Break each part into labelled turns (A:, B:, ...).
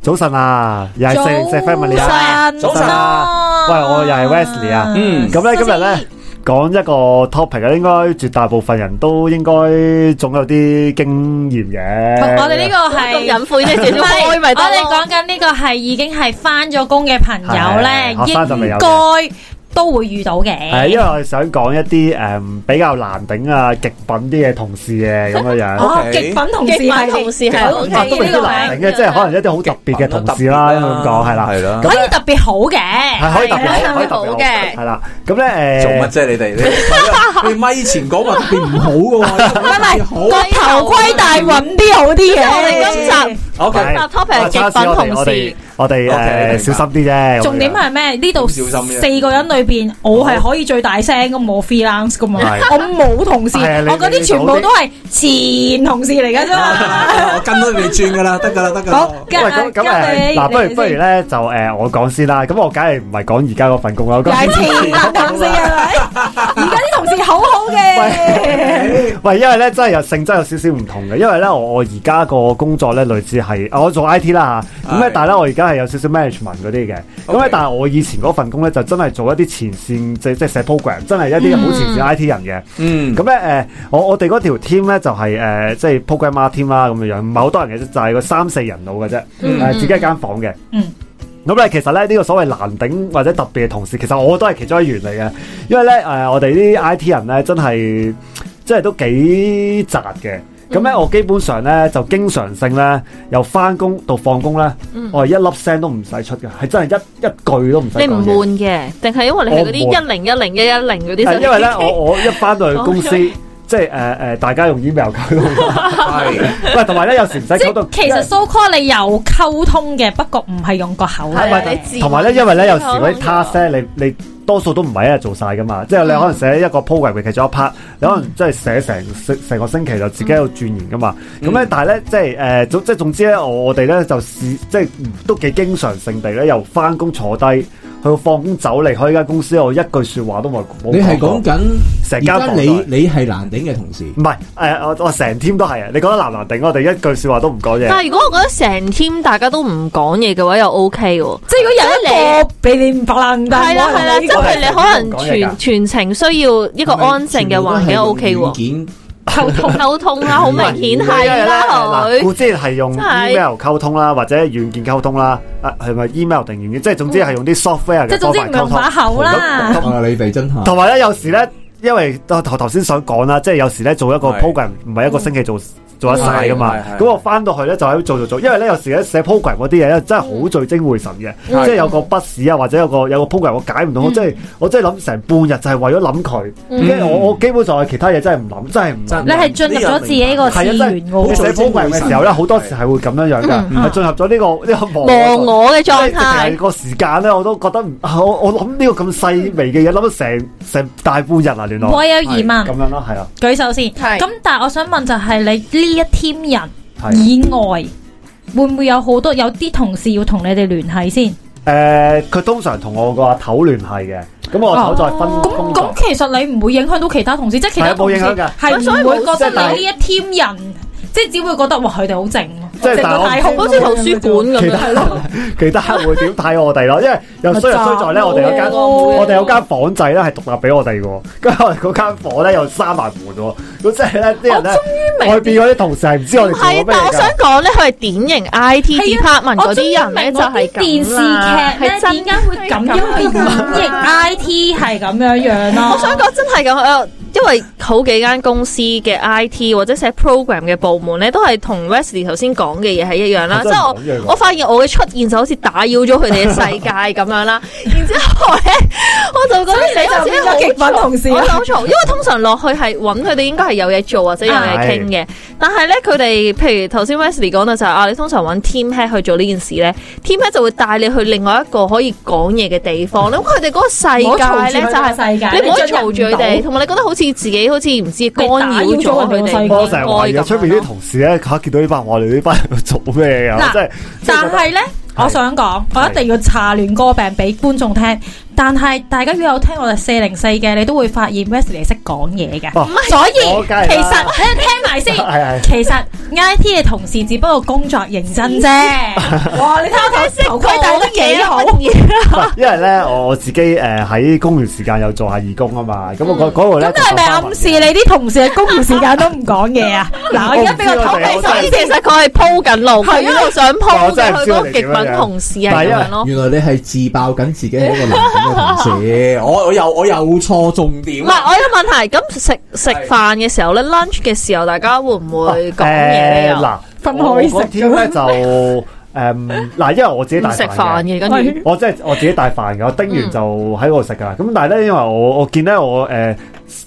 A: 早晨啊，又系四零四 family 啊，
B: 早晨
A: 啊，喂，我又系 Wesley 啊，
B: 嗯
A: 咁咧今日咧讲一个 topic 咧，应该绝大部分人都应该总有啲经验嘅。
C: 我哋呢個
B: 咁
C: 係
B: 隱晦啫，
C: 唔
B: 直接
C: 係
B: 開咪得
C: 我哋
B: 咯。
C: 講緊呢個係已經係翻咗工嘅朋友咧，
A: 係學生就未有
C: 應該都會遇到嘅。
A: 系，因為我哋想講一啲诶、嗯比較難頂啊、極品啲嘅同事嘅咁樣樣，
C: 哦，
B: OK
C: 極品同事
B: 極品
C: 係
B: 同事係
C: 好
B: OK
A: 啊都未必
C: 呢個
A: 難頂
C: 名
A: 嘅，即係可能一啲好特別嘅同事啦，
D: à,
A: 咁講係啦，
E: 系啦。
C: 可以特別好嘅，啊
A: 係可以特別
B: 係啦
A: 好，可以特別
B: 好
A: 好
B: 嘅
A: 係啦。咁咧诶，
E: 做乜啫？你哋你你咪前講話特別唔好嘅喎，
C: 係
E: 好
C: 個頭盔戴穩啲好啲嘅。
B: 我哋今集
E: O
A: 係？
E: K，
B: 集 topic 係極品
A: 我哋
B: 同事
A: 我哋我哋
E: OK，
A: 诶
E: 明白
A: 小心啲啫。咁樣
C: 重點係咩？呢度
E: 小心啫
C: 四個人裏边，我係可以最大聲咁，我 freelance 噶嘛，
A: 係
C: 我冇同事，
A: 係啊你
C: 我嗰啲全部都係前同事嚟㗎啫嘛。
E: 我
D: Ờ,
E: 跟到你轉噶啦，得噶啦，得噶啦
C: 好。，
A: 哦喂，咁呃咁诶，
C: 你
A: 嗱，不如
C: 你
A: 不如
C: 先
A: 咧就诶，誒我講先啦。咁我梗係唔係講而家嗰份工啦，我講
C: 又係前男同事係咪？而家啲同事好好嘅，
A: 喂，因為咧真係有性質有少少唔同嘅，因為咧我我而家個工作咧類似係啊我做 I T 啦嚇，咁咧
E: 係
A: 但係咧我而家係有少少 management 嗰啲嘅，咁
E: OK
A: 咧但係我以前嗰份工咧就真係做一啲前線即即係寫 program，真係一啲好前線 I T 人嘅。
D: Ừ.
E: 嗯，
A: 咁咧誒，呃我我哋嗰條 team 咧就係、誒，即係 programmer team 啦咁樣樣，唔係好多人嘅啫，就係、個三四人腦嘅啫，誒、啊
C: 嗯
A: 自己一間房嘅。
C: 嗯。
A: 咁咧，其實咧呢、呢個所謂難頂或者特別嘅同事，其實我都係其中一員嚟嘅，因為咧誒、我哋啲 IT 人咧真係即係都幾宅嘅。咁咧，我基本上咧就經常性咧，由翻工到放工咧，我係一粒聲都唔使出嘅，係真係一一句都唔使講嘢。
B: 你唔悶嘅，定係因為你係嗰啲一零一零一一零嗰啲
A: 係
B: 先？
A: 因為咧，我我一翻到去公司，即係誒誒，大家用 email 溝通，
E: 係
A: 喂，同埋咧有時唔使
C: 即
A: 溝
C: 係
A: 通，
C: 其實 so call 你有溝通嘅，不過唔係用個口
A: 因
C: 啦
A: 為
B: 係。啊你自問
A: 同埋咧，因為咧有時
B: 自己
A: 嗰啲
B: 可能
A: task 咧，你你多數都唔係一日做晒噶嘛，即係你可能寫一個 program 嘅其中一 part，你可能即係寫成成成個星期就自己喺度鑽研噶嘛。咁咧，但係咧即係誒總即係總之咧，我我哋咧就試即係都幾經常性地咧，由翻工坐低。去到放工走離開間公司，我一句説話都冇冇講過。
D: 你係講緊
A: 成
D: 而
A: 間
D: 家
A: 房
D: 你
A: 都係
D: 你係難頂嘅同事，
A: 唔係，誒、我我成 team 都係啊！你覺得難唔難頂？我哋一句説話都唔講嘢。
B: 但係如果我覺得成 team 大家都唔講嘢嘅話，又 OK 喎。
C: 即係如果有一個俾你唔白冷燈，
B: 係啦係啦，即
A: 我
B: 係
A: 係
B: 你可能
A: 講嘢㗎
B: 全全程需要一個安靜嘅環境，OK 喎。
D: 喎。
B: 溝通溝通啦，好明顯
A: 因為
B: 係
A: 呢
B: 啦，
A: 嗱，
B: 佢
A: 固之係用
B: 真係
A: email 溝通啦，或者軟件溝通啦，啊係咪 email 定軟件？即係總之係用啲 software
C: 即
A: 嘅
C: 係
A: 方
C: 總之
A: 法
C: 唔用
A: 溝
C: 把
A: 通。
C: 口啦。
D: 啊，你哋真係
A: 同埋咧，有時咧，因為頭頭先想講啦，即係有時咧做一個
E: 係
A: program 唔係一個星期做做得晒噶嘛
E: 係係。係
A: 咁我翻到去咧就喺度做做做，因為咧有時咧寫 program 嗰啲嘢咧真係好聚精會神嘅，
E: 嗯
A: 即係有個筆屎啊，或者有個有個 program 我解唔到，我真係我真係諗成半日就係為咗諗佢。跟住我我基本上係其他嘢真係唔諗，真係唔諗。
C: 你係進入咗自己個次
A: 係啊，真
C: 元
A: 係你
C: 嘅
A: 寫
C: 喎。
A: 鋪櫃嘅時候咧，好多時係會咁樣樣㗎，係進入咗呢個呢個
B: 忘我嘅狀
A: 即係直
B: 態
A: 情係。個時間咧，我都覺得唔 啊我我諗呢個咁細微嘅嘢，諗咗成成大半日啊，原來
C: 我有疑問
A: 咁，樣咯，係啊，
C: 舉手先。
B: 係
C: 咁但係我想問就係你呢一 team 人
A: 係
C: 以外，會唔會有好多有啲同事要同你哋聯繫先？
A: 誒，佢通常同我個阿頭聯繫嘅，咁我
B: 哦
A: 阿頭再分工
C: 咁
A: 作
C: 咁，。其實你唔會影響到其他同事，即係其
A: 哦係啊
C: 他
A: 冇
C: 同事
A: 影響㗎
C: 係唔會覺得
A: 即係但係
C: 你呢一 team 人，即係只會覺得哇佢哋好靜，
A: 即係但
C: 靜
A: 係
C: 到
A: 我
C: 大雄
B: 好似圖書館
A: 其
B: 咁樣，
A: 他 其他客戶點睇我哋咯？因為又衰就衰在咧，我哋有間我哋有間房仔咧係獨立俾我哋嘅喎，跟住我哋嗰間房咧又閂埋門喎，咁即係咧啲人咧
B: 明
A: 外邊嗰啲同事係唔知我哋做
B: 係
A: 咗，咩
B: 但我想
A: 㗎。
B: 講咧，佢係典型 I T
C: 係啊
B: department 嗰啲人咧，就係
C: 電
B: 咁啦
C: 視劇咧，
B: 係
C: 點
B: 真
C: 解會咁？因為演繹 I T 係咁樣樣
A: 啊
C: 咯。
B: 我想講真係咁，呃因為好幾間公司嘅 I T 或者寫 program 嘅部門咧，都係同 Wesley 頭先講嘅嘢係一樣啦。
A: 啊
B: 即
A: 真係
B: 係
A: 唔一樣喎
B: 我我發現我嘅出現就好似打擾咗佢 哋嘅世界咁樣啦。然之後咧， 我就覺得死我自己好
C: 極品同事啊
B: 我好嘈，因為通常落去係揾佢哋應該係有嘢做或者有嘢傾嘅。但係咧，佢哋譬如頭先 Wesley 講到就係、啊，你通常揾 team head 去做呢件事咧，team head 就會帶你去另外一個可以講嘢嘅地方。咁佢哋嗰個世界
C: 啊
B: 咧就係、
C: 世界，
B: 你唔可以嘈住佢哋，
C: 進入唔到。
B: 同埋你覺得好似自己好似唔知干擾咗佢哋，
A: 我成日懷疑出邊啲同事咧，嚇見到呢班我哋呢班人做咩㗎？
C: 嗱
A: 我真係，
C: 但係咧，
A: 係
C: 我想講，我一定要查亂歌病俾觀眾聽。第但係大家如果有聽我哋四零四嘅，你都會發現 Wesley 係識講嘢嘅，
A: 哦
C: 所以
A: 我梗係啦
C: 其實你聽埋先
A: 係係，
C: 其實 I T 嘅同事只不過工作認 真啫。哇！你睇我頭頭盔戴得幾好，
A: 因為咧我我自己誒喺公餘時間有做下義工啊嘛，咁我嗰嗰度咧
C: 嗯咁你係咪暗示你啲同事嘅工餘時間都唔講嘢 啊？嗱，我而家俾個頭盔
A: 我唔知我
B: 所以
C: 睇
B: 其實佢係鋪緊路，佢一路想鋪
A: 我
B: 嘅
A: 真係
B: 佢
A: 唔知
B: 嗰
A: 佢
B: 個
A: 哋
B: 極
A: 點樣
B: 品同事係咁樣咯。
D: 原來你係自爆緊自己係一個男人嘅同事。
E: 我我又我又错重點
B: 唔
E: 啦
B: 係，我有問題。咁食食飯嘅時候咧，lunch 嘅時候，大家會唔會講嘢咧？
A: 誒
B: 又
A: 嗱，
C: 分開食
A: 我嗰天 咧就誒嗱，因為我自己
B: 唔
A: 大
B: 食
A: 飯
B: 飯
A: 嘅。
B: 嘅，跟住
A: 我真係我自己帶飯嘅，我叮
B: 嗯
A: 完就喺嗰度食噶啦。咁但係咧，因為我我見咧我誒、呃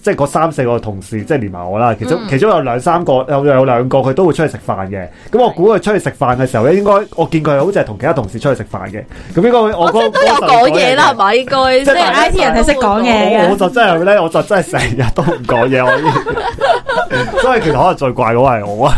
A: 即係嗰三四個同事，即係連埋我啦，其中、
B: 嗯
A: 其中有兩三個有有兩個佢都會出去食飯嘅。咁我估佢出去食飯嘅時候咧，應該我見佢好似係同其他同事出去食飯嘅。咁應該我
B: 我
A: 我
B: 即
A: 嗰
B: 係都有講嘢啦，係。咪？應該
A: 即係
B: 大家
C: IT 人係識講
A: 嗰
C: 嘢
A: 陣時
C: 嘅
A: 我我就真係咧，我就真係成日都唔講嘢，我已 經所以其實可能最怪嗰個係我啊。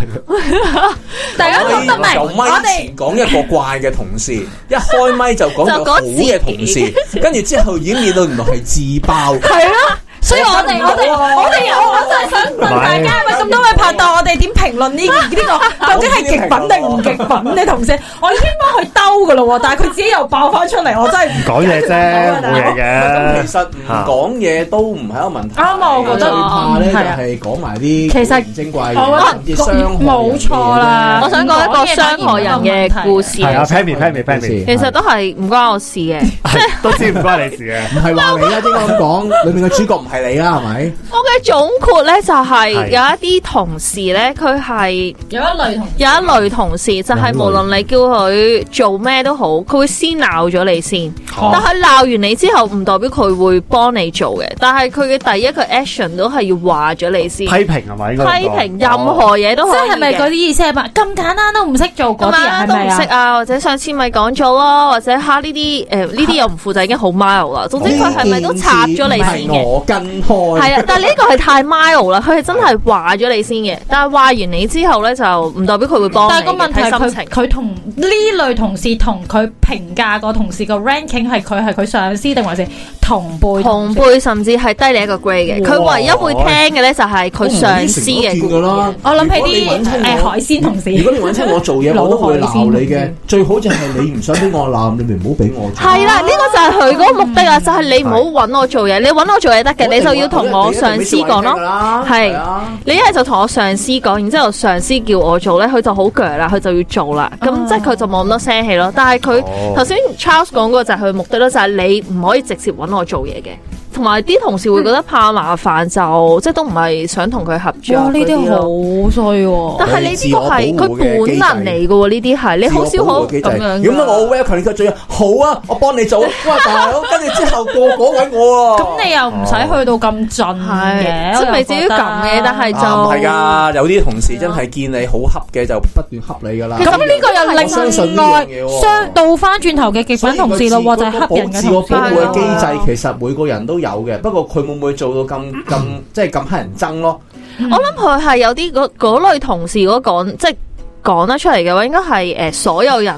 C: 大家覺得咪？
E: 由咪
C: 我哋
E: 前講一個怪嘅同事，一開咪就講到
B: 就講
E: 好嘅同事，跟住之後已經變到原來係自爆。
C: 係咯。所以我哋我哋我哋我我啊真係想問大家，喂咁多位拍檔，我哋點評論呢呢個究竟係極品定唔極品嘅同事？我已經幫佢兜噶咯喎，但係佢自己又爆翻出嚟，我真係唔
A: 講嘢啫，
B: 啊
A: 冇嘢
E: 咁
A: 嘅
E: 其。實唔講嘢都唔係一個問題。
C: 啱啊我覺得
D: 最怕咧就
C: 係啊
D: 係講埋啲
C: 其實
D: 古靈精怪
C: 我
D: 嘢，甚至傷害人嘅嘢
C: 冇錯啦
B: 我想講一個傷害人嘅故事。
A: 係啊，Pammy，Pammy，Pammy，
B: 其實都係唔關我事嘅。
A: 都知唔關你事嘅。
D: 唔 係話你啦，應該咁講，裏面嘅主角唔係你啦，係咪？
B: 我嘅總括咧就係
A: 係
B: 有一啲同事咧，佢係
C: 有一類同
B: 有一類同事就
D: 有
B: 係
D: 一類
B: 無論你叫佢做咩都好，佢會先鬧咗你先。但係鬧完你之後，唔代表佢會幫你做嘅。但係佢嘅第一個 action 都係要話咗你先，
A: 批
B: 批
A: 評係咪？應該咁講
B: 評任何嘢都
C: 即
B: 可以
C: 係咪
B: 嘅
C: 嗰啲意思係咪咁簡單都唔識做嗰
B: 咁
C: 啲人
B: 啊，
C: 係
B: 都
C: 咪
B: 唔識
C: 哦啊？
B: 啊，或者上次咪講咗咯，或者哈呢啲誒呢啲又唔負責已經好 mild 啦。總之佢係咪都插咗你先嘅？
D: 我跟 開。
B: 係啊，但係呢個係太 mild 啦，佢係真係話咗你先嘅。但係話完你之後咧，就唔代表佢會幫你
C: 但係個
B: 嘅。
C: 問題
B: 睇心
C: 佢
B: 情。
C: 佢同呢類同事同佢評價個同事個 ranking 係佢係佢上司定還是同輩
B: 同
C: 事？
B: 輩甚至係低你一個 grade 嘅，佢
A: 哇
B: 唯一會聽嘅咧就係佢上司嘅
D: 噶啦。
C: 我諗起
D: 如果
C: 啲
D: 你
C: 誒
D: 搵親我
C: 海鮮同事。
D: 如果你揾親我做嘢，我都會鬧你嘅。最好就係你唔想俾我鬧，你咪唔好俾我做。
B: 係啦，呢個就係佢嗰個目的啊，就係你唔好揾我做嘢，你揾我做嘢得嘅，你就要同我上司講咯。
D: 咯
B: 係
D: 啊，
B: 你一係就同我上司講，然之後上司叫我做咧，佢就好鋸啦，佢就要做啦。咁、
C: 哦
B: 即係佢就冇咁多聲氣咯。但係佢
A: 哦
B: 頭先 Charles 講過就係佢目的咯，就係、你唔可以直接揾我做嘢嘅。同埋啲同事會覺得怕麻煩，就即係都唔係想同佢合作
C: 哇！呢
B: 嗰啲咯。
C: 啲好衰喎。
B: 但係你呢個係佢本能嚟嘅喎，呢啲係你好少可咁樣㗎。
D: 咁啊我 welcome 你個最好啊，我幫你做。哇，大佬，跟住之後個個揾我喎。
C: 咁你又唔使去到咁盡嘅，
B: 係即係未至於咁嘅，但係
C: 係
B: 就
D: À,
E: 啊唔係㗎，有啲同事真係見你好恰嘅就
D: 不斷恰你㗎啦。
C: 咁呢個又
D: 我相信
C: 另
D: 呢樣
C: 外
D: 嘢喎
C: 相倒翻轉頭嘅極品同事咯喎，就係黑人嘅
D: 自我
C: 同
D: 保
B: 護
D: 護嘅
B: 嘅
D: 機
C: 機
D: 制，其實每個人都有嘅，不過佢會唔會做到咁咁即係咁乞人憎咯？
B: 嗯我諗佢係有啲嗰嗰類同事嗰講，即係講得出嚟嘅話，應該係誒所有人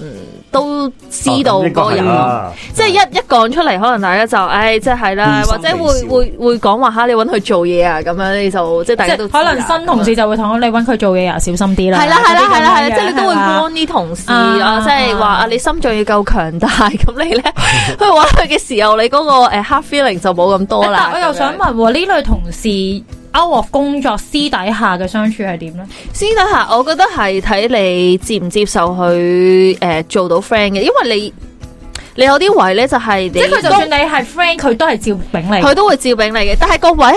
B: 都知道嗰個人，
A: 啊
B: 即係一一講出嚟，可能大家就誒即係啦，
E: 會心
B: 或者
E: 微
B: 會
E: 笑
B: 會會講話吓你揾佢做嘢啊咁樣，你就即係大
C: 即
B: 家
C: 係
B: 都知啦
C: 可能新同事就會同我你揾佢做嘢啊，小心啲
B: 係
C: 啦。
B: 啦係啦係啦係啦，
C: 嗰啲咁樣嘅
B: 即係你都會
C: 係啦
B: warn 啲同事
C: 啊
B: 啊，即係話
C: 啊
B: 啊你心臟要夠強大，咁你咧去揾佢嘅時候，你嗰個誒 hard feeling 就冇咁多啦
C: 但。 我又想問喎，呢類同事 out of 工作私底下嘅相處係點咧？
B: 私底下，我覺得係睇你接唔接受佢誒、呃做到 friend 嘅，因為你你有啲位咧就係你
C: 即係佢就算你係 friend，佢都係照炳你。
B: 佢都會照俾你嘅，但係個位係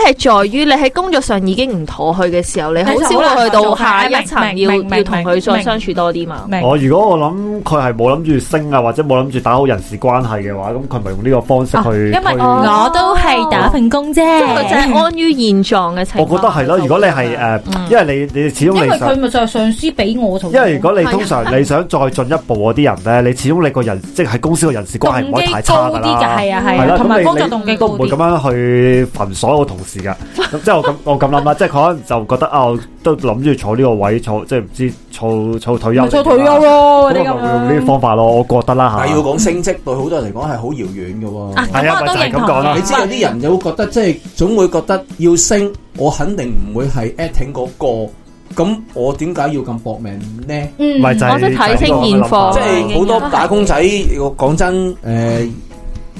B: 在於你喺工作上已經唔妥佢嘅時候，你好少會去到下一層
C: 明
B: 要
C: 明明明
B: 要同佢再相處多啲嘛。
C: 明
A: 我哦如果我諗佢係冇諗住升啊，或者冇諗住打好人事關係嘅話，咁佢咪用呢個方式
C: 啊
A: 去
C: 因為
A: 去
C: 我都係打份工啫，
B: 即係佢就係安於現狀嘅情況。啊
A: 我覺得係咯。如果你係誒，因為你你始終
C: 嗯因為
A: 你想
C: 佢，咪就係上司俾我做。
A: 因為如果你
B: 係啊
A: 通常你想再進一步嗰啲人咧，你始終你個人即係喺公司嘅人事關係唔可以太差㗎
C: 動機高
A: 啦，
C: 啲㗎係啊係啊
A: 啦，
C: 同埋
A: 咁你
C: 工作
A: 你
C: 動機
A: 都唔會
C: 高
A: 咁樣去 煩所有同事㗎。咁即係我咁我咁諗啦，即係佢可能就覺得啊，我都諗住坐呢個位坐，即係唔知坐坐退休，
C: 咪做退休。咯，
A: 咁
C: 嗰啲
A: 我
C: 咁
A: 咪會用呢啲
C: 樣。
A: 方法咯，我覺得啦
D: 但
A: 嚇
D: 係。要講升職，對好多人嚟講係好遙遠嘅喎。
B: 啊，
A: 係啊
B: 咁我都
A: 咪
B: 認
A: 就係咁
B: 同
A: 講啦
B: 嘅。
D: 你知有啲人就會覺得，即係總會覺得要升，我肯定唔會係 acting 嗰、個。咁我點解要咁搏命呢？
C: 嗯
A: 咪就係
B: 我都睇清
A: 就係呢個
B: 現
A: 諗法
B: 況
D: 即
B: 係
D: 係好多打工仔，我講真，誒、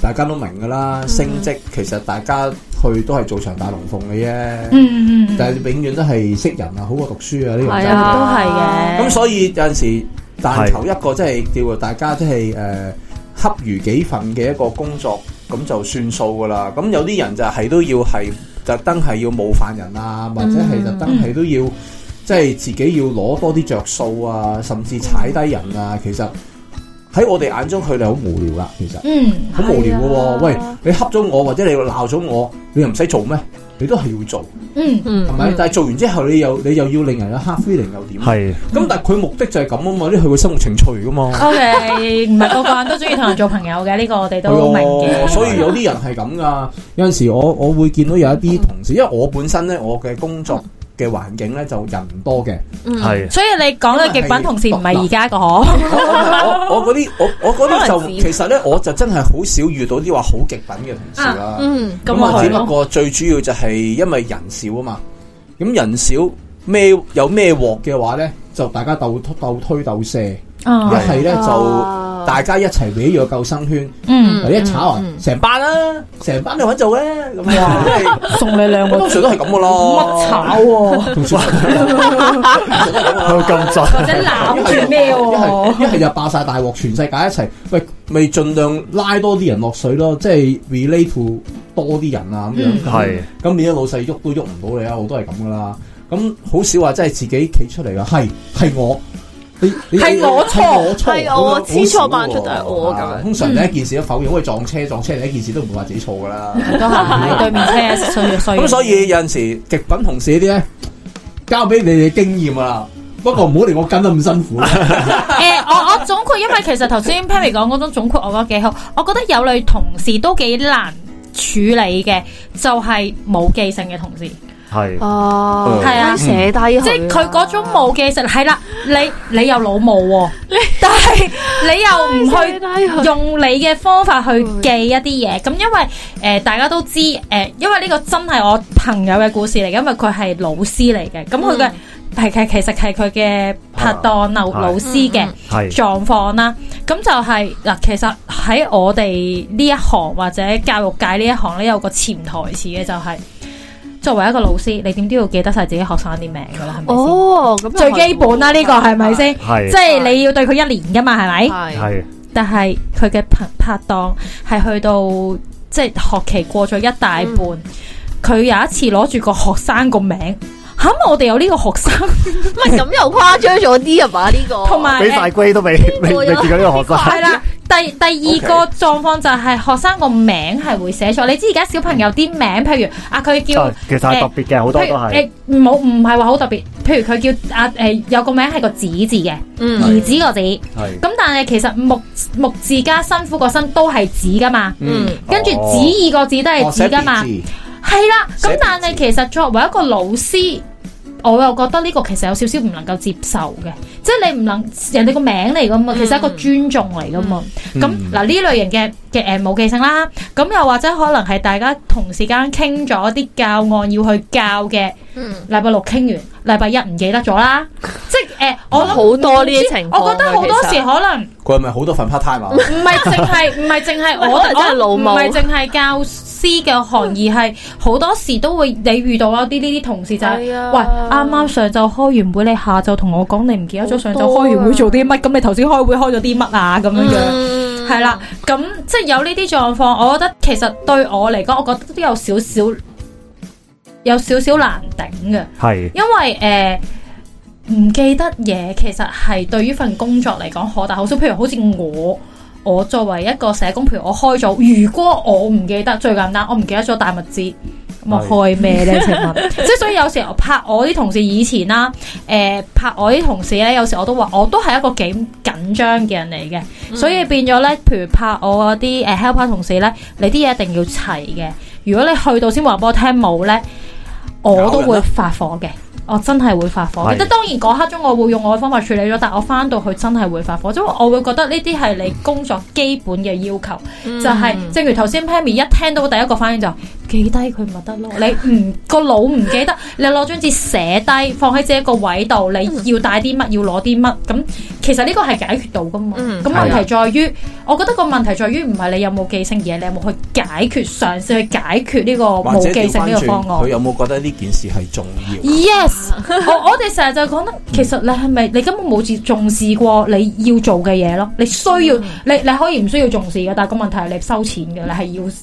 D: 大家都明㗎啦。升職其實大家去都係做場大龍鳳嘅啫，
C: 嗯嗯
D: 但係永遠都係識人啊，好過讀書啊呢樣
B: 係
D: 真係
B: 啊，
D: 咁所以有陣時但
A: 係
D: 求一個即係叫做大家即係誒呃恰如己份嘅一個工作，咁就算數噶啦。咁有啲人就係都要係特登係要冒犯人啊，或者
B: 嗯
D: 係特登係都要即係自己要攞多啲着數啊，甚至踩低人啊。其實喺我哋眼中，佢哋好無聊啦。其實
C: 嗯，
D: 好無聊嘅喎、
B: 係啊
D: 喂，你恰咗我或者你鬧咗我，你又唔使做咩？你都係要做，
C: 嗯
B: 嗯，
D: 係咪？但係做完之後，你又你又要令人有 hard feeling 又點呢？
A: 係
D: 咁但係佢目的就係咁啊嘛，呢係佢生活情趣噶嘛，
C: ，OK，唔係個個人都中意同人做朋友嘅，呢個我哋都明
D: 係
C: 嘅
D: 啊，。所以有啲人係咁噶。有陣時我我會見到有一啲同事，因為我本身咧我嘅工作嘅環境咧就人唔多嘅，
A: 係
C: 所以你講嘅極品同事唔係而家個嗬，
D: 啊我我我嗰啲我我嗰啲
B: 可能
D: 就其
B: 指
D: 實咧我就真係好少遇到啲話好極品嘅同事啦。
B: 嗯，
D: 咁
A: 啊
D: 啊，
A: 係
D: 只不過最主要就係因為人少啊嘛。咁人少咩有咩鑊嘅話咧，就大家鬥鬥推鬥射，一
C: 嗯
D: 係咧就
B: 啊
D: 大家一齊搲咗個救生圈。
C: 嗯，
D: 嗱一炒啊
B: 嗯，
D: 成班啦，成班都揾做咧，咁啊，因為
C: 送你兩個
D: 通常都係咁噶 咯，
C: 乜炒喎，
D: 通常都係
A: 佢咁盡，
C: 或者攬
D: 咁
C: 住咩
D: 一
C: 喎？
D: 係一係就爆晒大鑊，全世界一齊，喂，咪盡量拉多啲人落水咯，即係 relate to 多啲人啊咁樣，
A: 係
D: 咁變咗老細喐都喐唔到你啊，我都係咁噶啦，咁好少話真係自己企出嚟噶，係係我。你你
C: 係我錯
D: 係我錯，
B: 係我
D: 好
B: 千錯萬
D: 好少
B: 錯都係我
D: 喎啊
B: 咁樣
D: 通常第一件事都否認，喂撞車撞車，第一件事都唔會話自己錯噶啦。
C: 都係對面車衰衰。
D: 咁所以有陣時極品同事呢啲咧，交俾你哋經驗啊啦。不過唔好令我跟得咁辛苦。
C: 诶、我我總括，因為其實頭先 Pammy 講嗰種總括，我覺得幾好。我覺得有類同事都幾難處理嘅，就係冇記性嘅同事，
A: 係嗯
B: 哦，
C: 係啊
B: 可以寫低佢啊，
C: 即係佢嗰種冇記性，係啦，你 你又老母喎、但係你又唔去
B: 寫低佢，
C: 用你嘅方法去記一啲嘢，咁因為誒、呃大家都知誒、呃因為呢個真係我朋友嘅故事嚟，因為佢係老師嚟嘅，咁佢嘅係係其實係佢嘅拍檔劉
A: 係
C: 老師嘅。
A: 係
C: 狀況啦。咁就係、嗱，其實喺我哋呢一行或者教育界呢一行咧，有個潛台詞嘅就係、作為一個老師，你點都要記得晒自己學生啲名㗎啦，係咪先？
B: 哦，咁
C: 最基本啦，呢個係咪？先？
A: 啊係啊
C: 即係你要對佢一年㗎嘛，係咪？
B: 係
A: 係
C: 但係佢嘅拍拍檔係去到即係學期過咗一大半，
A: 嗯
C: 佢、有一次攞住個學生個名，嚇、我哋有呢個學生，
B: 唔係咁又誇張咗啲啊嘛？呢個
C: 同埋
A: 哦俾晒 grade 都未未未見過呢個學生，
C: 系啦，第第二個狀況就係學生個名係會寫錯。你知而家小朋友啲名，譬如啊，佢叫
A: 就其實係特別嘅，好多
C: 譬
A: 都
C: 如
A: 係
C: 誒冇唔係話好特別，譬如佢叫啊誒有個名係個子字嘅
B: 嗯
C: 兒子個子，咁
D: 係
C: 但係其實木木字加辛苦個辛都係子噶嘛，
B: 嗯
C: 跟住
A: 哦
C: 子二個字都係子噶嘛，係啦。咁
D: 寫
C: 但
D: 別
C: 係
D: 字
C: 其實作為一個老師。我又覺得呢個其實有少少唔能夠接受嘅，即係你唔能人哋個名嚟噶
B: 嗯
C: 嘛，其實係一個尊重嚟噶嘛。咁嗱呢類型嘅嘅誒冇記性啦，咁又或者可能係大家同時間傾咗啲教案要去教嘅，
B: 嗯
C: 禮拜六傾完，禮拜一唔記得咗啦，即係誒、呃我諗
B: 好多呢啲情況啊
C: 我覺得好多
B: 其
C: 時
B: 實
C: 可能
D: 佢係咪好多份 part time 啊？
C: 唔係淨係唔係淨係 我
B: 可能真係老母
C: 唔係淨係教師嘅行，而係好多時都會你遇到一啲呢啲同事就係、
B: 係啊
C: 喂啱啱上晝開完會，你下晝同我講你唔記得咗上晝
B: 好多啊
C: 開完會做啲乜，咁你頭先開會開咗啲乜啊咁樣樣。
B: 嗯
C: 系啦，咁即系有呢啲狀況，我覺得其實對我嚟講，我覺得都有少少有少少難頂嘅，
A: 係
C: 因為诶唔、記得嘢，其實係對於份工作嚟講可大可小。譬如好似我，我作為一個社工，譬如我開咗，如果我唔記得最簡單，我唔記得咗帶物資，咁我開咩咧？請問， 即係所以有時我拍我啲同事以前啦，誒、拍我啲同事咧，有時我都話我都係一個幾緊張嘅人嚟嘅，所以變咗咧，譬如拍我嗰啲誒 helper 同事咧，你啲嘢一定要齊嘅。如果你去到先話俾我聽冇咧，我都會發火嘅。我真係會發火，
A: 係
C: 即係當然嗰刻中我會用我嘅方法處理咗，但我翻到去真係會發火，即係我會覺得呢啲係你工作基本嘅要求。
D: 嗯
C: 就
B: 嗯
C: 係、正如頭先 Pammy 一聽到第一個反應就記低佢咪得咯，你唔個腦唔記得， 你攞張紙寫低放喺自己個位度，你
D: 嗯
C: 要帶啲乜，要攞啲乜，咁其實呢個係解決到噶嘛。
B: 嗯
C: 咁、
D: 啊
C: 問題在於，我覺得個問題在於唔係你有冇記性，而係你有冇去解決嘗試去解決呢個
D: 或
C: 冇
D: 者
C: 記
D: 調
C: 性
D: 翻
C: 呢個方
D: 轉，
C: 案啊
D: 佢。有冇覺得呢件事係重要？
C: Yes，我我哋成日就講得，其實你係咪你根本冇自重視過你要做嘅嘢咯？你需要你你可以唔需要重視嘅，但係個問題係你收錢嘅，你係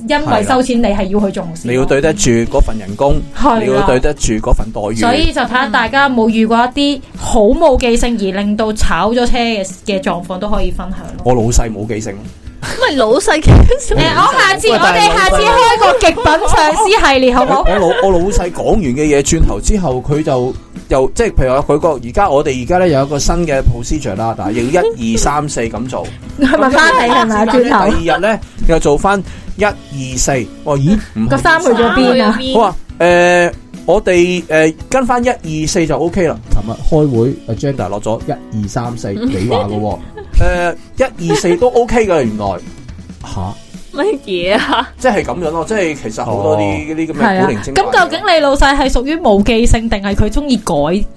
C: 要因為收錢你係要去重視。
D: 你要對得住嗰份人工，
C: 係啦
D: 你要對得住嗰份待遇。
C: 所以就睇下大家有冇遇過一啲好冇記性而令到炒咗車嘅嘅狀況都可以分享咯。
D: 我老細冇記性，
B: 咪老细
C: 誒、我下次我哋下次開個極品上司系列好
D: 我
C: 唔好？
D: 我老我老細講完嘅嘢，轉頭之後佢就又即係譬如話佢個而家我哋而家咧有一個新嘅 procedure 啦，嗱 要一二三四咁做。
C: 係咪翻嚟係咪啊？轉頭
D: 第二日咧又做翻一二四，我咦唔
C: 個
D: 係
C: 衫去咗邊啊？
D: 好啊，诶、我哋诶、誒跟翻一二四就 O K 啦。琴日開會 agenda 落咗一二三四，你話 嘅喎，诶一二四都 O K 嘅，原來吓、
B: 乜嘢啊？
D: 即係咁樣咯，即係其實好多啲呢啲咁嘅古靈精怪嘅。
C: 啊咁究竟你老細係屬於冇記性，定係佢中意改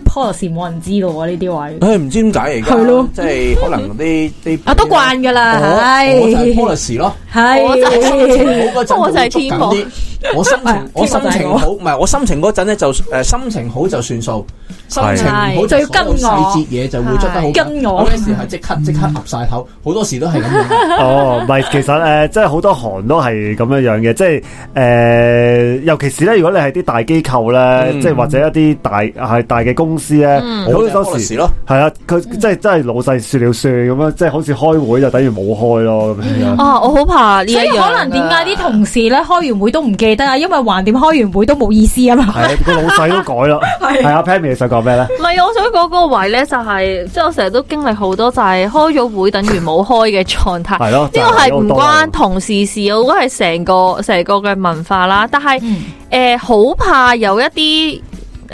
C: policy 冇人知道喎？啊呢啲位
D: 唉唔知點解而家，
C: 係咯
D: 即係可能啲啲
C: 啊都慣㗎啦，
D: 哦我我就
C: 係
D: 係 policy 咯。
B: 我
C: 係
B: 就係
D: 我嗰陣
B: 我就係
D: 會捉緊
B: Timo
D: 啲，我心情我心情好，唔係我心情嗰陣咧就誒心情好就算數，心情唔好
C: 就要跟我
D: 所有細節嘢就會捉得好緊
C: 跟我
D: 有啲時係即刻即刻合晒口，好多時都係咁樣。
A: 哦，唔係，其實誒、呃即係好多行都係咁樣樣嘅，即係誒、呃尤其是咧，如果你係啲大機構咧，
D: 嗯
A: 即係或者一啲大係大嘅公司咧，好
D: 我
A: 多
D: 就係 policy
A: 時
D: 咯，
A: 係啊，佢即係真係老細説了算咁樣，即係好似開會就等於冇開咯咁樣。
B: 啊，我好怕呢一
C: 所以
B: 樣啊
C: 可能點解啲同事咧開完會都唔記得啊？因為橫掂開完會都冇意思啊嘛。
A: 係啊，個老細都改啦。係啊，Pammy 你想講咩咧？
B: 唔係，我想講嗰個位咧，就係即係我成日都經歷好多就係開咗會等於冇開嘅狀態。
A: 係啊咯，
B: 呢個係唔關同事事，我覺得係成個成個嘅文化啦。但係
C: 嗯
B: 誒，好、怕有一啲。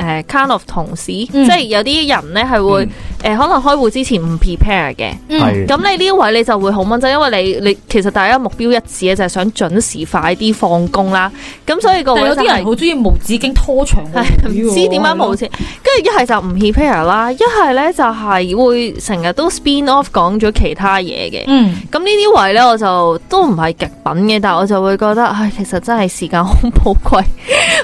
B: 誒、kind of 同事，
C: 嗯
B: 即係有啲人咧係會誒、可能開會之前唔 prepare 嘅，
C: 嗯
A: 係
B: 咁你呢位你就會好掹憎，因為你你其實大家目標一致嘅就係想準時快啲放工啦，咁所以個
C: 但
B: 位
C: 有
B: 就
C: 啲
B: 係
C: 人好中意無止境拖長個
B: 係唔
C: 會喎
B: 知點解冇錢，跟住一係就唔 prepare 啦，一係咧就係會成日都 spin off 講咗其他嘢嘅。
C: 嗯，
B: 咁呢啲位咧，我就都唔係極品嘅，但我就會覺得，唉，其實真係時間好寶貴。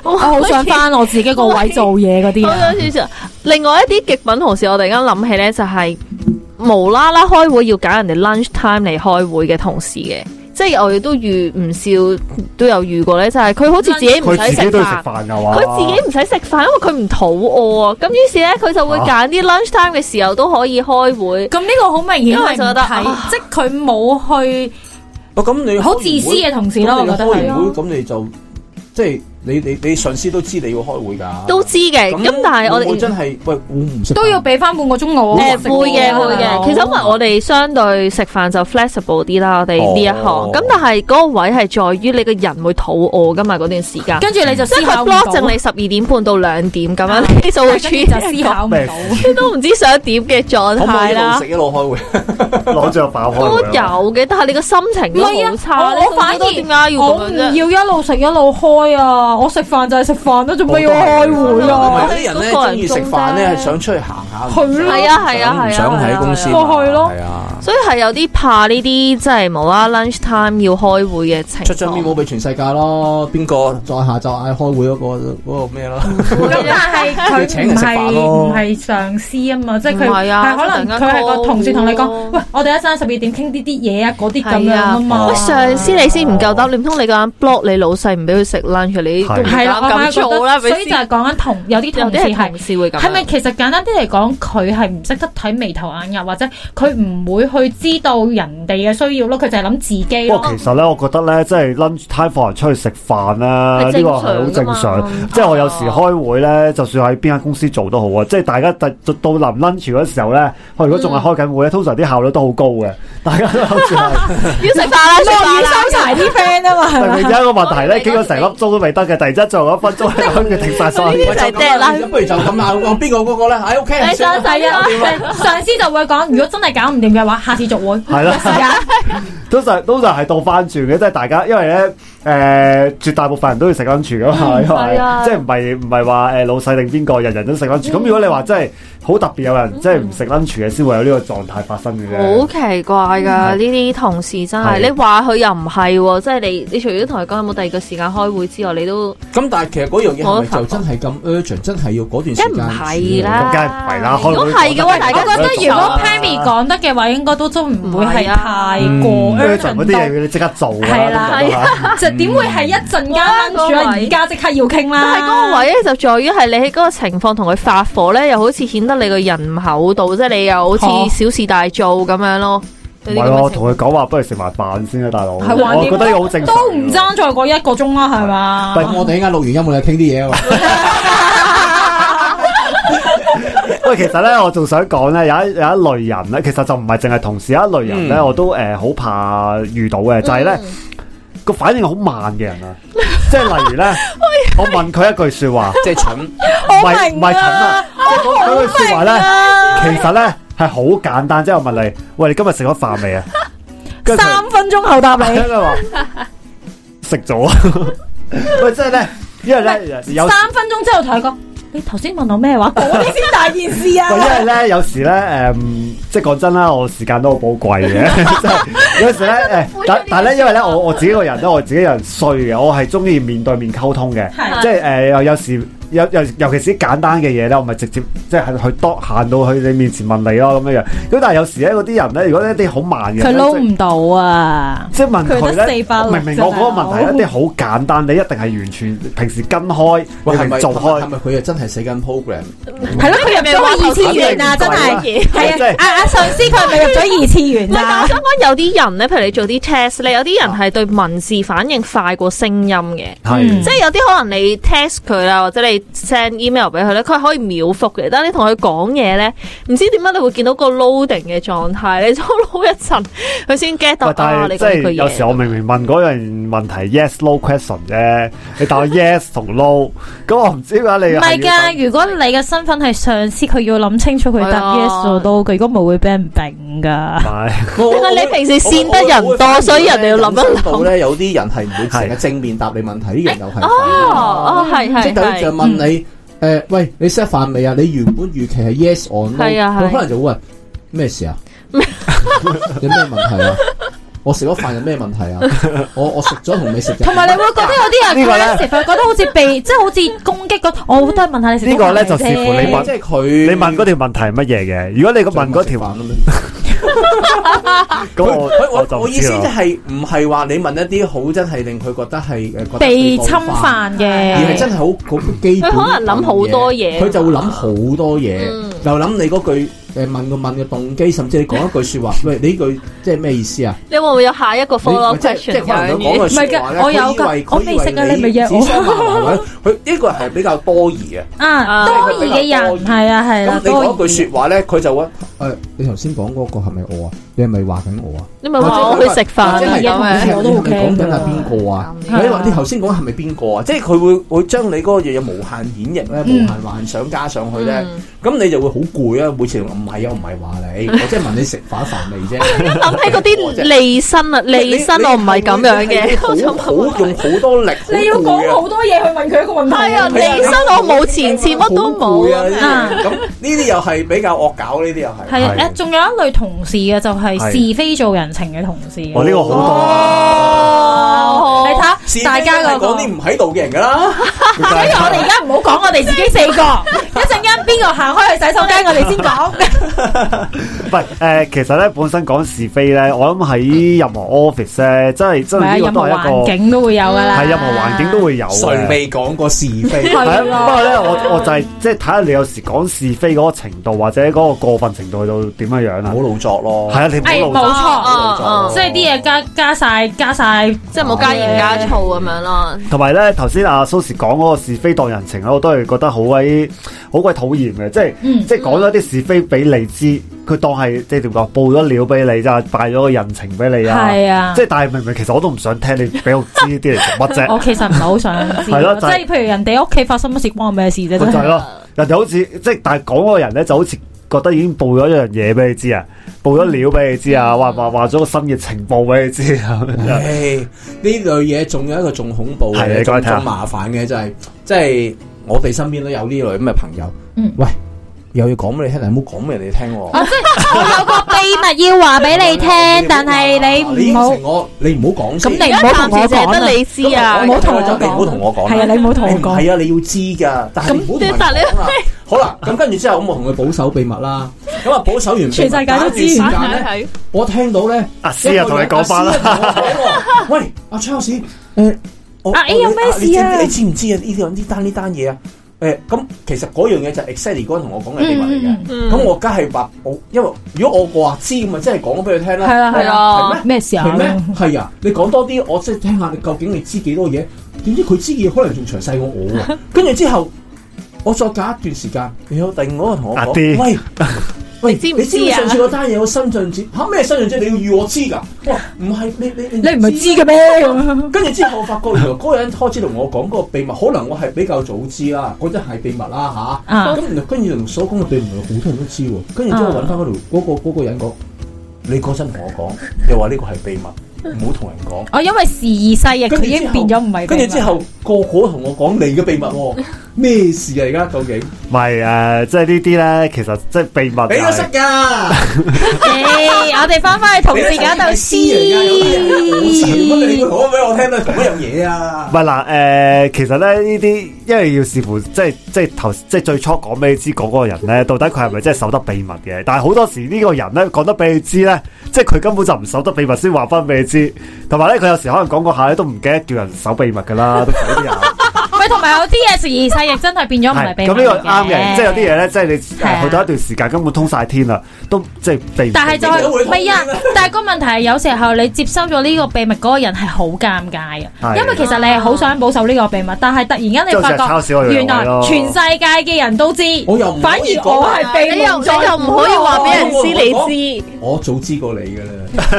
B: 我
C: 我好想 翻我自己個位做嘢嗰啲
B: 好
C: 啊。
B: 想少少。另外一啲極品同事，我突然間諗起咧，就係、無啦啦開會要揀人哋 lunch time 嚟開會嘅同事嘅。即係我亦都遇唔少，都有遇過咧，就係、佢好似自己唔
A: 佢
B: 使
A: 自己
B: 食
A: 都要食
B: 飯。
A: 飯嘅話，
B: 佢自己唔使食飯，因為佢唔肚餓啊。咁於是咧，佢就會揀啲 lunch time 嘅時候都可以開會。
C: 咁呢個好明顯
B: 因為
C: 係
B: 我就覺
C: 唔
B: 得
C: 睇，
B: 啊
C: 即係佢冇去
D: 哦咁你
C: 好自私嘅同事
D: 事
C: 咯，我覺得
D: 開完會
C: 係。
D: 咁你就即係你你你上司都知你要開會㗎，
B: 都知嘅，咁但係我
D: 會唔會
B: 哋
D: 真係喂我唔識
C: 都要俾翻半個鐘我。
B: 誒會嘅會嘅，其實因為我
C: 哋
B: 哋相對食飯就 flexible 啲啦，我哋呢一行。
D: 哦
B: 咁但係嗰個位係在於你個人會肚餓噶嘛，嗰段時間。
C: 跟住你就
B: 即
C: 思
B: 係
C: 考
B: 佢
C: 唔到
B: block 正你十二點半到兩點咁樣，你就 會處於
C: 就思考唔
A: 咩
C: 到。
B: 你都唔知想點嘅狀
D: 可唔可以一
B: 態
D: 路
B: 啦
D: 食。一路開會？
A: 攞住個飽開
B: 都
A: 會啊
B: 有嘅，但係你個心情
C: 唔
B: 都
C: 係
B: 好差。
C: 啊，
B: 你
C: 我
B: 仲
C: 我反
B: 覺得
C: 而
B: 點解要
C: 我
B: 咁
C: 唔
B: 樣啫？
C: 要一路食一路開啊！我食飯就係食飯啦，做咩要開會
D: 同
C: 啊
D: 埋？有啲人咧中意食飯咧，係想出去行下，
C: 係咯
B: 係啊係啊係啊
D: 唔想喺公司嘛，
C: 係啊係咯
D: 係啊，
B: 所以係有啲怕呢啲即係無啦 lunch time 要開會嘅情
D: 出張面
B: 況。
D: 冇俾全世界咯，邊個再下晝嗌開會嗰個嗰個咩咯？
B: 嗯
C: 咁但係
D: 請
C: 佢唔
D: 人食飯
C: 係
D: 咯
C: 唔係上司啊嘛，即係佢
B: 唔係啊
C: 係可能佢係個同事同你講，喂，我哋一陣十二點傾啲啲嘢啊，嗰啲咁樣啊嘛
B: 喂，。上司你先唔夠膽，你唔通你個人 block 你老細唔俾佢食 lunch，你你
A: 係
B: 都唔
C: 係啦，
B: 敢咁做啦，
C: 所以
B: 咪
C: 就係
B: 先？
C: 講緊同有啲
B: 有
C: 同事
B: 啲係
C: 係
B: 同。事會咁樣，
C: 係咪其實簡單啲嚟講，佢係唔識得睇眉頭眼額，或者佢唔會去知道人哋嘅需要咯，佢就係諗自己
A: 不
C: 咯
A: 過。其實咧，我覺得咧，即係 lunch time 放人出去食飯咧，呢
B: 係
A: 個
B: 正
A: 係
B: 常
A: 好正
B: 㗎
A: 常
B: 嘛。
A: 即係我有時開會咧，就算喺邊間公司做都好啊。即係大家到到臨 lunch 嗰時候咧，我如果仲係開緊會咧，通常啲效率都好高嘅。 大家都好似係，
B: 要食飯啦，食飯啦。
C: 收柴啲 friend 啊嘛，係
A: 但係
C: 咪
A: 而？家個問題咧，
B: 我哋
A: 傾咗成粒鐘都未得嘅，突然之間仲有一分鐘咧，跟住停晒所有嘢
B: 呢啲就係掟啦
D: 不如就咁啦，我邊個嗰個咧？喺屋企人
C: 上
D: 算啦
C: 司啊，上司就會講，如果真係搞唔掂嘅話，下次續會。
A: 係啦
C: 有時 間
A: 通常通常係倒翻轉嘅，即係大家因為咧誒、絕大部分人都要食緊住噶嘛，
C: 嗯
A: 因為
B: 係啊
A: 即係唔係唔係話誒老細定邊個人人都食緊住。咁、如果你話真係好特別有人即係唔食緊住嘅，先會有呢個狀態發生嘅
B: 好
A: 啫。
B: 奇怪噶呢啲同事真係，
A: 係
B: 你話佢又唔係喎，即係你你除咗同佢講有冇第二個時間開會之外，你都
D: 咁但係其實嗰樣嘢係咪就真係咁 urgent？真係要嗰段時間
B: 梗唔係啦，
A: 梗係唔係啦
B: 如果係嘅話，大
A: 開
B: 家
A: 會
C: 我覺
A: 講
C: 得如果 Pammy
B: 啊
C: 講得嘅話，應該都都唔會係太
A: 嗯
D: 唔
C: 過
A: 咩陣嗰啲嘢
C: urgent
A: 要你即刻做啊㗎
C: 係啦
A: 啦，都覺得嚇
C: 到就點會係一陣間
B: 嗯哇
C: 掹住啊？
B: 嗰位
C: 而家即刻要傾啦。
B: 但係嗰個位咧，就在於係你喺嗰個情況同佢發火咧，又好似顯得你個人唔厚道，即係你又好似小事大做咁樣咯。
A: 唔
B: 有啲
A: 係喎，
B: 咁嘅
A: 我
B: 情
A: 同佢講話，不如食埋飯先啦，啊大佬。
C: 係橫掂
A: 我覺得呢個好正常。
C: 都唔。爭再過一個鐘啦，係嘛？
D: 咁啊我哋一間錄完音，我哋傾啲嘢啊嘛。
A: 喂，其實咧，我仲想講咧，有一有一類人咧，其實就唔係淨係同事，有一類人咧，
D: 嗯
A: 我都誒好怕遇到嘅，就係咧。個反應好慢嘅人啊，即係例如咧，我問佢一句说話，
E: 即係蠢，
A: 唔係唔係蠢啊，即係嗰嗰句说話
C: Oh
A: 咧，其實咧係好簡單，即係我問你，喂，你今日食咗飯未啊？跟住佢
C: 三分鐘後答
A: 跟。
C: 你
A: 住佢話食咗 啊，喂，即係咧，因為咧有。
C: 三分鐘之後同佢講，你頭先問我咩話？嗰啲先大件事
A: 喂因
C: 啊！
A: 為咧有時咧，诶、即係講真啦，我時間都好寶貴嘅。即係有時咧，诶、但但係咧，因為咧，我我自己個人咧，我自己個人衰嘅，我係中意面對面溝通嘅。
C: 係
A: 即係誒、呃有有時有有尤其是啲簡單嘅嘢咧，我咪直接即係去多行到去你面前問你咯咁樣樣。咁但係有時咧，嗰啲人咧，如果呢啲好慢嘅人
C: 佢
A: 呢，
C: 撈唔到啊！
A: 即係問
C: 佢得
A: 佢咧
C: 四百，六
A: 明明
C: 咋
A: 我嗰個問
C: 大佬
A: 題一啲好簡單，你一定係完全平時跟開，你
D: 喂，係咪
A: 係做
D: 係
A: 開。
D: 咪佢又真係寫緊 program？
C: 係咯，佢入咗去二次元啊！真
A: 係
C: 係
A: 真係
C: 係啊！阿阿上司佢係咪入咗二次
B: 唔
C: 元
B: 係，但
C: 啊
B: 我？想講有啲人咧，譬如你做啲 test 咧，有啲人係對文字反應快過聲音嘅。
A: 係
C: 嗯
B: 即係有啲可能你 text 佢啦，或者你 send email 俾佢咧，佢係可以秒覆嘅。但係你同佢講嘢咧，唔知點解你會見到個 loading 嘅狀態，你就撈一陣，佢先 get 到
A: 喂但
B: 啊！
A: 係
B: 你
A: 即
B: 講呢
A: 係
B: 句
A: 有時
B: 嘢。
A: 我明明問嗰樣問題 yes no question 啫，你 答我 yes 同 no，咁我唔知點解你係要
C: 唔係㗎，
A: 問
C: 如果你嘅身份係上司，佢要諗清楚佢答
B: 係啊
C: yes or no，佢如果冇會俾人丙㗎。
A: 係
B: 因為你平時善得人多，所以人哋要諗一
D: 到
B: 諗。
D: 咧，有啲人係唔會成日正面答你問題，呢樣又係
B: 哦哦，係
D: 即係
B: 係
D: 佢就
B: 係，
D: 問你
C: 嗯
D: 誒，喂，你 set 飯未啊？你原本預期係 yes or no，
B: 係啊係
D: 佢可能就會問咩事 啊？有咩問題啊？我食咗飯有咩問題啊？我我食咗同未食嘅，
C: 同埋你會覺得
A: 呢
C: 有啲
A: 個咧
C: 人 aggressive，佢覺得好似被即係好似攻擊咁。我都係問下你食
A: 呢個咧
C: 咗飯
A: 就視乎
C: 未
A: 你
C: 啫
A: 問
D: 即係佢
A: 你問嗰條問題係乜嘢嘅？如果你個問嗰條，
D: 飯
A: 咁我
D: 佢
A: 我
D: 我
A: 就
D: 我
A: 唔
D: 意思
A: 知啊
D: 即
A: 啦。
D: 係唔係話你問一啲好真係令佢覺得係誒覺得
C: 被
D: 冒
C: 侵犯嘅
D: 而。係真係好好基本。
B: 佢 Ờ. 可能諗好多嘢
D: 佢就會諗好多嘢，
B: 嗯
D: 又諗你嗰句誒問個問嘅動機，甚至你講一句説 話，喂你呢句即係咩意思啊？
B: 你會唔會有下一個
D: 你
B: follow
D: 即係即
B: question
D: 係可能佢講句
B: 嘅？
D: 説話咧，
C: 唔係㗎我有
D: 佢以為
C: 㗎我未食㗎你咪約我
D: 只想 麻麻煩佢呢個係比較多疑嘅。
C: 啊，多疑嘅人係啊係啦
D: 咁，你
C: 多
D: 講一句
C: 疑。
D: 説話咧，佢就會誒你頭先講嗰個係咪我啊？你係咪話緊我啊？
B: 你咪話我去食
D: 或
B: 飯啊
D: 者係
B: 咁樣。
D: 我都係講緊係邊個啊？
B: 咁
C: 樣
D: 你話你頭先講係咪邊個啊？即係佢會會將你嗰個嘢有無限演繹咧，無限幻想加上去咧，咁你就會好攰啊！每次唔係啊，唔係話你，我即係問你食飯飯 未啫。
B: 諗起嗰啲利身啊，利身我唔係咁樣嘅，我
D: 好
B: 想
D: 好
B: 問
D: 用好多力，
C: 你要講
A: 啊
C: 好多嘢去問佢一個問題。
B: 係啊，
D: 你
B: 利身我冇前次乜都冇
D: 啊！
B: 啊。
D: 呢啲咁呢啲又係比較惡搞，呢啲又係。
C: 係啊，
A: 係
C: 誒，仲有一類同事嘅就係
A: 係哦
C: 是非做人情嘅同事。
A: 我呢個好多
C: 哦，你睇下
D: 是非
C: 大家嗰
D: 係
C: 個。
D: 講啲唔喺度嘅人㗎啦。
C: 所以我哋而家唔好講 我哋自己四個，一陣間邊個行開去洗手間，我哋先講。
A: 係誒、其實咧本身講是非咧，我諗喺任何 office 咧，真係真係呢個 都係一個
C: 啊係啊，任何環境都會有㗎啦。
A: 係任何環境都會有
D: 誰
A: 嘅。
D: 未講過是非？
A: 係啊，不過咧，我我就係即係睇下你有時講是非嗰個程度，或者嗰個過分程度去到點樣樣
D: 唔好
A: 啦。
D: 老作咯。
A: 係啊，你唔好
C: 哎
A: 老
C: 冇錯
B: 哦哦哦
C: 即係啲嘢加-加晒-加晒
B: 即係冇加鹽加醋咁樣咯。
A: 同埋咧，頭先阿蘇 Sir 講嗰個是非當人情咧，我都係覺得好鬼好鬼討厭嘅，即係、
C: 嗯
A: 即係講咗啲是非俾你知，佢當係即係點講，報咗料俾你咋，拜咗個人情俾你啊，
C: 係啊
A: 即係但係明明其實我都唔想聽你俾我知呢啲嚟做乜啫，
C: 我其實唔係好想知，
A: 係咯就
C: 即
A: 係
C: 係譬如人哋屋企發生乜事關我咩事啫？
A: 咪就係
C: 係
A: 咯，人哋好似即係但係講嗰個人咧就好似。覺得已經報咗一樣嘢俾你知啊，報咗料俾你知
C: 嗯
A: 啊，話話話咗個新嘅情報俾你知啊，
D: 唉，呢類嘢仲有一個仲恐怖
A: 係
D: 嘅，
A: 你講嚟
D: 仲
A: 聽下
D: 仲麻煩嘅就係、即係我哋身邊都有呢類咁嘅朋友。
C: 嗯
D: 喂，又要講俾你聽，但係唔好講俾人哋聽喎。 你應承我，你唔好講先。
C: 咁你唔好同我
B: 而家暫時
C: 講
B: 淨係
C: 啦
B: 得你知啊，
C: 唔好同我
D: 咁你唔好同我講啦。
C: 啊，你冇同我
D: 唔
C: 講，
D: 係啊，你要知噶，但係你唔好同人
B: 但係
D: 講啦。啊好啦，咁跟住之後，咁我同佢保守秘密啦。咁啊，保守完秘密
C: 全世界都知
B: 啊
D: 隔一段時間咧，我聽到咧，
A: 阿詩啊同你講翻啦
D: 一個人阿詩啊同我講喎 喂，阿 Charles，誒，我
C: 啊哎有咩事啊
D: 你知唔知啊？呢樣呢單呢單嘢啊？誒，咁其實嗰樣嘢就係 exactly 嗰個同我講嘅秘密嚟嘅。
B: 嗯
D: 咁我梗係話我，因為如果我話知咁咪真係講咗俾佢聽啦。
C: 係啦係
B: 啦
D: 係咩？
C: 咩事啊？
D: 係咩？係啊，你講多啲，我即係聽下你究竟你知幾多嘢？點知佢知嘅嘢可能仲詳細過我 喎。跟住之後，我再隔一段時間，你有第二個同我
A: 阿
D: 講，
A: D
D: 喂喂，
B: 你知唔
D: 你知唔
B: 知
D: 知
B: 啊
D: 上次嗰單嘢有新進展？嚇咩新進展？你要預我知㗎？我話唔啊係你你你
C: 你唔係知嘅咩？咁
D: 跟住之後，我發覺原來嗰個人開始同我講嗰個秘密，可能我係比較早知啦，嗰陣係秘密啦吓，
C: 啊
D: 咁原來跟住同所講嘅對唔係好多人都知喎。跟住之後揾翻嗰條
C: 啊
D: 嗰個嗰個人講，你嗰陣同我講，又話呢個係秘密，唔好同人講。
C: 哦我因為時移世易，
D: 跟
C: 佢
D: 住
C: 已
D: 之
C: 經
D: 後
C: 變咗唔係。啊
D: 跟住之，後個個同我講你嘅秘密喎，咩事啊？而家究竟？
A: 唔係誒，即係呢啲咧，其實即係秘密啊就係。
D: 你都識㗎，
C: 誒，我哋翻返去同
D: 你
C: 事
D: 都
C: 嗰度
D: 係 私人㗎，有啲人好 似乜你會講俾我聽都係同一樣嘢啊
A: 唔？係嗱，誒、其實咧呢啲，因為要視乎即係即係頭即係最初講俾你知嗰個人咧，到底佢係咪真係守得秘密嘅？但係好多時呢個人咧講得俾你知咧，即係佢根本就唔守得秘密先話翻俾你知，同埋咧佢有時可能講嗰下咧都唔記得叫人守秘密噶啦，都鬼啲 人。
C: 喂，同埋有啲嘢時移世易真係變咗唔係秘
A: 咁
C: 密
A: 呢個啱嘅，即係有啲嘢咧，即係你
C: 係
A: 誒
C: 啊
A: 去到一段時間根本通晒天啦，都即係避唔
C: 但 係就
D: 你都會
C: 係
D: 通
C: 係啊
D: 知咩？
C: 但係個問題係有時候你接收咗呢個秘密嗰個人係好尷尬嘅，
A: 係
C: 因為其實你係好想保守呢個秘密，但係突然間
A: 即係
C: 你
A: 好似係
C: 發
A: 抄小我哋
C: 覺
A: 兩
C: 原
A: 位咯
C: 來全世界嘅人都知，
D: 我又唔
C: 反
D: 可
C: 而
D: 以講
C: 我係
B: 啊你
C: 秘密
B: 又你又唔可以
C: 啊
B: 話俾人知你知，
D: 我早知過你㗎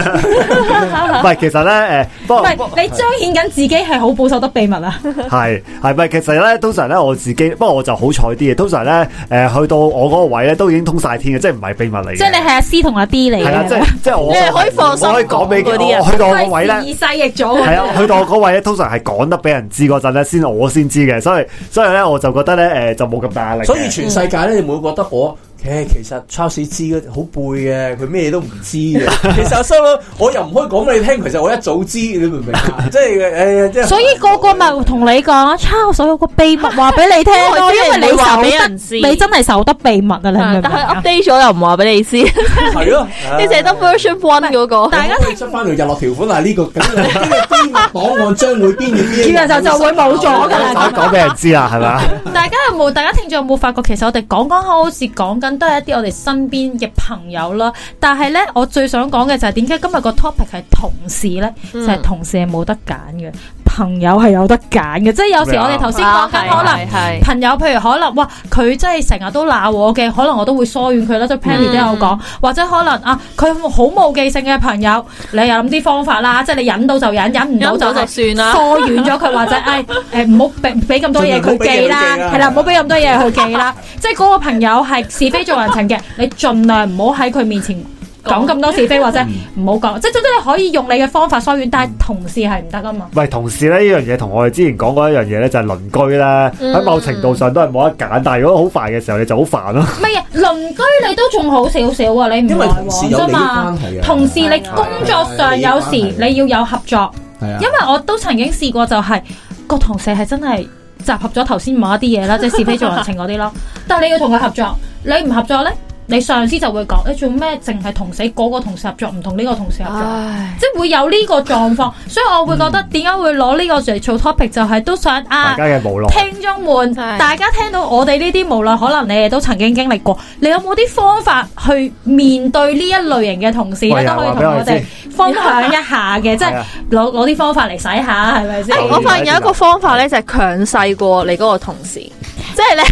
D: 啦，
A: 唔係其實咧誒、不
C: 唔
A: 過不過
C: 係你彰顯緊自己係好保守得秘密啊！
A: 系系咪？其實咧，通常咧我自己，不過我就好彩啲嘅。通常咧，诶、去到我嗰個位咧，都已經通晒天嘅，即係唔係秘密嚟嘅。
C: 即係你係阿 C 同阿 D 嚟
A: 係啊啦，即
C: 嘅
A: 係，即係我
B: 你係可以放心
A: 我可以講俾
B: 講嗰啲啊人
A: 我去到我個位
C: 係時
A: 咧。
C: 移世易咗
A: 係
C: 喎。
A: 啊，去到我嗰位咧，通常係講得俾人知嗰陣咧，先我先知嘅，所以所以咧，我就覺得咧，诶、就冇咁大壓力嘅。
D: 所以全世界咧，你唔會覺得我。誒，其實 Charles 知嘅好背嘅，佢咩都唔知嘅。其實我心諗，我又唔可以講俾你聽，其實我一早知，你明唔明啊？即係誒，即係
C: 所以個個咪同你講，Charles 我有個秘密話俾你聽咯，
B: 因為
C: 因為你
B: 你話
C: 守
B: 俾
C: 得，
B: 人知
C: 你真係守得秘密啊！你明唔明
B: 但係
C: 啊？
B: update 咗又唔話俾你知，你
D: 係咯，啊
B: 淨係得 version one 嗰個。
C: 大家
D: 可以出翻條日落條款啊！呢個咁 樣呢個機密檔案將會邊嘅邊，
C: 然後就就會冇咗㗎啦
A: 想講俾人知啦，係咪啊？
C: 大家有冇？大家聽眾有冇發覺？其實我哋講講下好似講緊都係一啲我哋身邊嘅朋友啦。但係呢，我最想講嘅就係點解今日個 topic 係同事呢？就係同事係冇得揀嘅，朋友係有得揀嘅。即係有時我哋頭先講緊可能。
B: 係
C: 朋友，譬如可能哇，佢真係成日都鬧我嘅，可能我都會疏遠佢啦。即係 Penny 都有講，或者可能啊，佢好冇記性嘅朋友，你又諗啲方法啦，即係你忍到就忍，忍唔到
B: 有
C: 就
B: 咗就
C: 係
B: 算啦。
C: 疏遠咗佢， 或者誒誒唔好俾俾咁多嘢佢記啦，
D: 盡量唔好俾嘢
C: 係啦，唔好俾
D: 佢記啦
C: 咁多嘢佢記啦。 即係嗰個朋友係是非做人情嘅，你盡量唔好喺佢面前講咁多是非，或者
D: 嗯
C: 唔好講。即係總之你可以用你嘅方法疏遠，但係同事係唔得噶嘛。
A: 喂，同事咧呢樣嘢同我哋之前講過一樣嘢咧，就係鄰居啦。
B: 嗯
A: 喺某程度上都係冇得揀，但係如果好煩嘅時候，你就好煩咯。
C: 唔係啊，鄰居你都仲好少少啊，你
D: 嗯因
C: 唔
D: 為
C: 來
D: 同事
C: 往
D: 有
C: 啫
D: 利益
C: 嘛
D: 關。係啊，啊
C: 同事你工作上有時你要有合作，
D: 係啊
C: 因，為我都曾經試過就係、個同事係真係 集合咗頭先某一啲嘢啦，即係是非做人情嗰啲咯。但係你要同佢合作，你唔合作咧，你上司就會講：你做咩淨係同死嗰個同事合作，唔同呢個同事合作？
B: 唉，
C: 即係會有呢個狀況，所以我會覺得點解會攞呢個嚟做 topic，就係都想啊
A: 大。家嘅無奈。
C: 聽眾們，
B: 係
C: 大家聽到我哋呢啲無論可能你哋都曾經經歷過，你有冇啲方法去面對呢一類型嘅同事
A: 喂
C: 咧？
A: 呀
C: 都可
A: 話
C: 以
A: 俾
C: 同
A: 我
C: 我哋分享一下嘅，即係
A: 係啊
C: 攞攞啲方法嚟洗下，係咪先？
A: 哎
B: 我發現有一個方法咧，就係強勢過你嗰個同事，即係咧，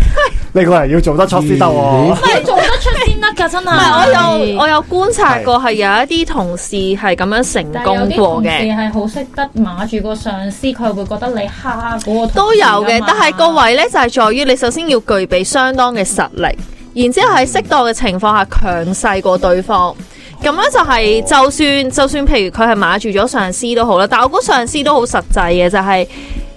A: 呢個人要做得出先得喎
D: 咦。
C: 唔係做得出先得㗎，真係。
B: 唔係我有我有觀察過係有一啲同事係咁樣成
C: 但係有
B: 功
C: 啲
B: 過
C: 同事
B: 嘅。
C: 係好識得馬住個上司，佢會覺得你蝦嗰個同事㗎嘛
B: 都有嘅，但係個位咧就係在於你首先要具備相當嘅實力，然之後喺適當嘅情況下強勢過對方。咁樣就係、就算就算譬如佢係馬住咗上司都好啦，但我估上司都好實際嘅，就係、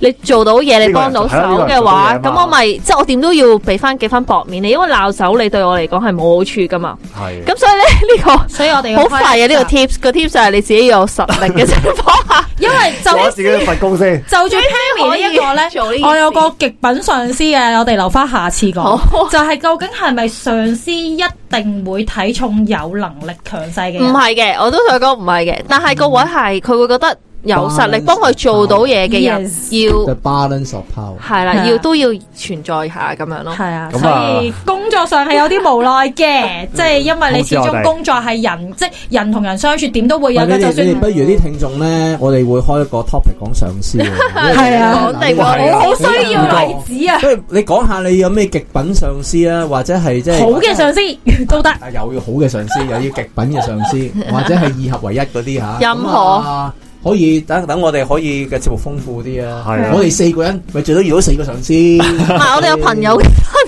B: 你做到嘢，你幫到手
A: 呢個
B: 嘅話，
A: 人做到嘢嘛
B: 咁我咪即係我點都要俾翻幾分薄面你，因為鬧手你對我嚟講係冇好處噶嘛。
A: 係。
D: 啊
B: 咁所以咧呢、呢
C: 所以我哋
B: 個
C: 要
B: 好快啊嘅呢
C: 開
B: 個
C: 一集
B: tips，個 tips 就係你自己要有實力嘅情況下，
C: 因為
A: 攞
C: 就
A: 自己嘅份工先。
C: 就住 Pammy 呢一個
B: 可以做呢件
C: 咧，
B: 事
C: 我有個極品上司嘅，我哋留翻下次講
B: 好。
C: 就係究竟係咪上司一定會睇重有能力強勢嘅嗯人？
B: 唔係嘅，我都想講唔係嘅，但係個位係佢會覺得有實力
D: Balance
B: 幫佢做到嘢嘅人
C: 嗯 Yes
B: 要
D: The balance of power。
B: 係啦，
C: 係啊
B: 要都要存在下咁樣咯。
C: 係啊，
A: 咁啊
C: 所以工作上係有啲無奈嘅，即係因為你始終工作係人，即係人同人相處點都會有
D: 喂你
C: 嘅，
D: 哋
C: 就算
D: 你哋不如啲聽眾咧，我哋會開一個 topic 講上 司喎。係
B: 啊講定喎
C: 我好需要例子啊，
D: 即係你講下你有咩極品上司啊，或者係即係
C: 好嘅上司都得。
D: 啊，又要好嘅上司，又要極品嘅上 司，或者係二合為一嗰啲吓。
B: 任何
D: 咁啊可以等等，我哋可以嘅節目豐富啲啊。
A: 係啊
D: 我哋四個人咪最多遇到四個上司。
B: 唔係，我哋有朋友嘅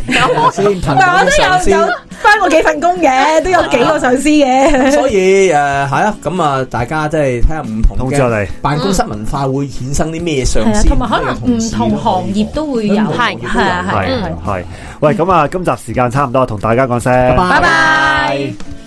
B: 朋友，
D: 先朋友
F: 但我
D: 嘅上
F: 都有有
D: 司。
F: 翻過幾份工嘅，都有幾個上司嘅。
D: 所以誒係啊，咁啊，大家即係睇下唔同
A: 通知我
D: 嘅
A: 哋
D: 辦公室文化會衍生啲咩上
C: 係啊，
D: 司，
C: 同埋可能唔同行業都會有，
D: 唔同
B: 行
C: 係
B: 業
D: 都有
C: 係啊係啊
A: 係
C: 係啊。
A: 係。喂，咁啊，今集時間差唔多，同大家講聲。
D: 拜拜
B: 拜拜。